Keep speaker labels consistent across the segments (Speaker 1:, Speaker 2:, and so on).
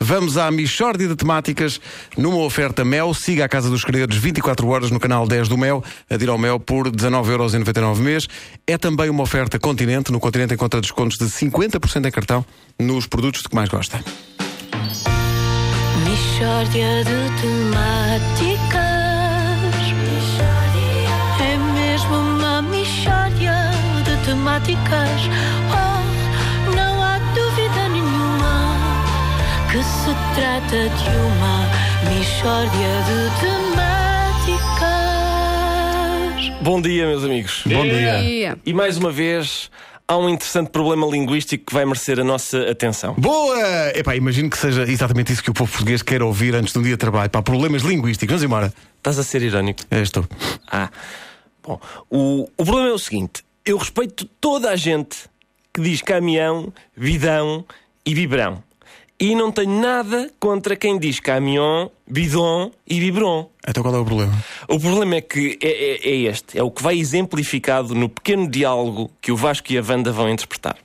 Speaker 1: Vamos à Michórdia de Temáticas numa oferta Mel. Siga a Casa dos Credos 24 horas no canal 10 do Mel. Adira ao Mel por 19,99€ mês. É também uma oferta Continente. No Continente encontra descontos de 50% em cartão nos produtos de que mais gosta.
Speaker 2: Mistória de temáticas. É mesmo uma mistória de temáticas. Oh, não há dúvida nenhuma que se trata de uma mistória de temáticas.
Speaker 3: Bom dia, meus amigos.
Speaker 1: Bom dia.
Speaker 3: E mais uma vez, há um interessante problema linguístico que vai merecer a nossa atenção.
Speaker 1: Boa! Epá, imagino que seja exatamente isso que o povo português quer ouvir antes de um dia de trabalho. Pá, problemas linguísticos. Vamos embora.
Speaker 3: Estás a ser irónico.
Speaker 1: É, estou.
Speaker 3: Ah, bom. O, o problema é o seguinte: eu respeito toda a gente que diz caminhão, vidão e biberão. E não tenho nada contra quem diz caminhão, bidon e biberon.
Speaker 1: Então qual é o problema?
Speaker 3: O problema é que é, é- é este: é o que vai exemplificado no pequeno diálogo que o Vasco e a Wanda vão interpretar.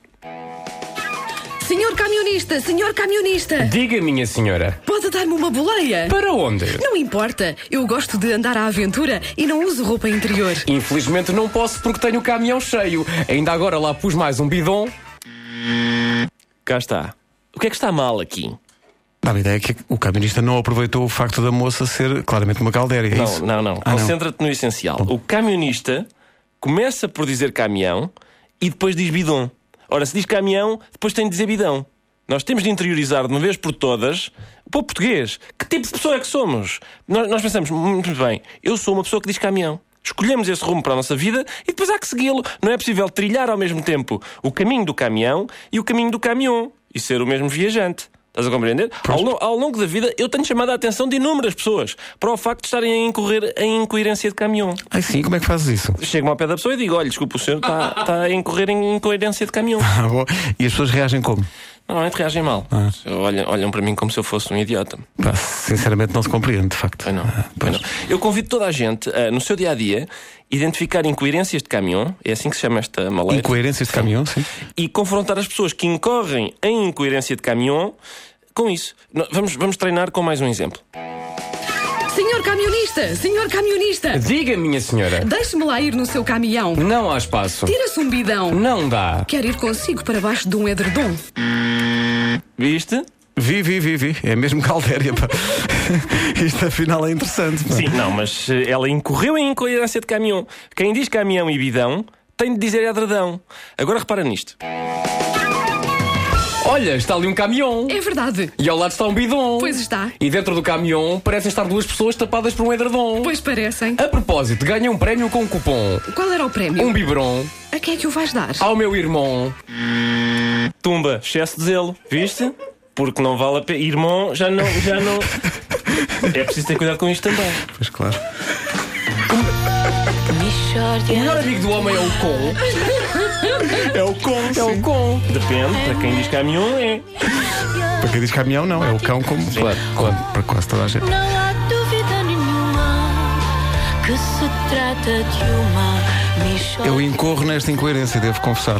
Speaker 4: Senhor camionista, senhor camionista,
Speaker 5: Diga, minha senhora,
Speaker 4: pode dar-me uma boleia?
Speaker 5: para onde?
Speaker 4: Não importa, eu gosto de andar à aventura e não uso roupa interior.
Speaker 5: Infelizmente não posso porque tenho o caminhão cheio. Ainda agora lá pus mais um bidon.
Speaker 3: Cá está. O que é que está mal aqui?
Speaker 1: Dá-me a ideia que o camionista não aproveitou o facto da moça ser claramente uma caldeira. É
Speaker 3: Não,
Speaker 1: isso?
Speaker 3: não, não.
Speaker 1: Ah,
Speaker 3: Concentra-te no essencial. O camionista começa por dizer caminhão e depois diz bidon. Ora, se diz caminhão, depois tem de dizer bidão. Nós temos de interiorizar de uma vez por todas o povo português. Que tipo de pessoa é que somos? Nós, nós pensamos, "Hum, muito bem, eu sou uma pessoa que diz caminhão. Escolhemos esse rumo para a nossa vida e depois há que segui-lo. Não é possível trilhar ao mesmo tempo o caminho do caminhão e o caminho do caminhão e ser o mesmo viajante. Estás a compreender? Ao, lo- ao longo da vida, eu tenho chamado a atenção de inúmeras pessoas para o facto de estarem a incorrer em incoerência de caminhão.
Speaker 1: Ai sim, como é que fazes isso?
Speaker 3: Chego-me ao pé da pessoa e digo: olha, desculpa, o senhor está, está a incorrer em incoerência de caminhão.
Speaker 1: Ah, bom. E as pessoas reagem como?
Speaker 3: Normalmente reagem mal. Olham, olham para mim como se eu fosse um idiota.
Speaker 1: Pá, sinceramente não se compreende, de facto. Ah,
Speaker 3: Pois não, pois não. Eu convido toda a gente a, no seu dia a dia, identificar incoerências de caminhão, é assim que se chama esta maleta.
Speaker 1: Incoerências de caminhão, sim.
Speaker 3: e confrontar as pessoas que incorrem em incoerência de caminhão com isso. No- Vamos, vamos treinar com mais um exemplo.
Speaker 4: Senhor camionista, senhor camionista,
Speaker 5: Diga, minha senhora,
Speaker 4: deixe-me lá ir no seu caminhão.
Speaker 5: não há espaço.
Speaker 4: Tira-se um bidão.
Speaker 5: Não dá.
Speaker 4: Quero ir consigo para baixo de um edredom.
Speaker 3: Viste?
Speaker 1: Vi, vi, vi, vi. É mesmo caldéria, pá. Isto afinal é interessante, pá.
Speaker 3: Sim, não, mas eh, ela incorreu em incoerência de caminhão. Quem diz caminhão e bidão tem de dizer adradão. Agora repara nisto.
Speaker 5: Olha, está ali um caminhão.
Speaker 4: É verdade,
Speaker 5: E ao lado está um bidon.
Speaker 4: Pois está.
Speaker 5: E dentro do caminhão parecem estar duas pessoas tapadas por um edredom.
Speaker 4: pois parecem.
Speaker 5: A propósito, ganhei um prémio com um cupom.
Speaker 4: Qual era o
Speaker 5: Um
Speaker 4: prémio?
Speaker 5: biberon
Speaker 4: A quem é que o vais dar?
Speaker 5: ao meu irmão.
Speaker 3: Tumba, excesso de zelo, viste? Porque não vale a pena. Irmão, já não. Já não... É preciso ter cuidado com isto também.
Speaker 1: Pois claro.
Speaker 5: O
Speaker 2: Mistória
Speaker 5: melhor amigo do homem é o com.
Speaker 1: É o com,
Speaker 5: É o com.
Speaker 3: Depende, para quem diz caminhão é.
Speaker 1: Para quem diz caminhão, não. É o cão como.
Speaker 5: Claro, claro.
Speaker 1: Para quase toda a gente.
Speaker 2: Não há dúvida nenhuma que se trata de uma mistória.
Speaker 1: Eu incorro nesta incoerência, devo confessar.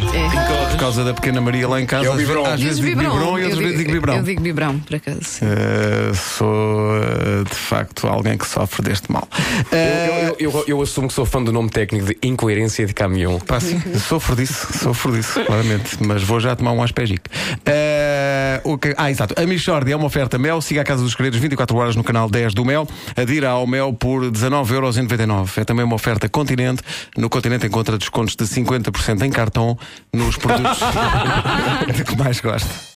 Speaker 1: Por causa da pequena Maria lá em casa.
Speaker 5: É o biberon.
Speaker 1: Às vezes digo biberon e outras vezes digo biberon.
Speaker 4: Eu digo bibrão, por acaso.
Speaker 1: Eh, sou eh, de facto alguém que sofre deste mal.
Speaker 5: Eu,
Speaker 1: Eh,
Speaker 5: eu- eu- eu assumo que sou fã do nome técnico de incoerência de caminhão.
Speaker 1: pá, sim, sofro disso, sofro disso, claramente. Mas vou já tomar um aspergic. Eh, o que- ah, exato. A Michordia é uma oferta Mel. Siga a Casa dos Credos 24 horas no canal 10 do Mel. Adira ao Mel por 19,99€. É também uma oferta Continente. No Continente encontra descontos de 50% em cartão nos produtos de que mais gosta.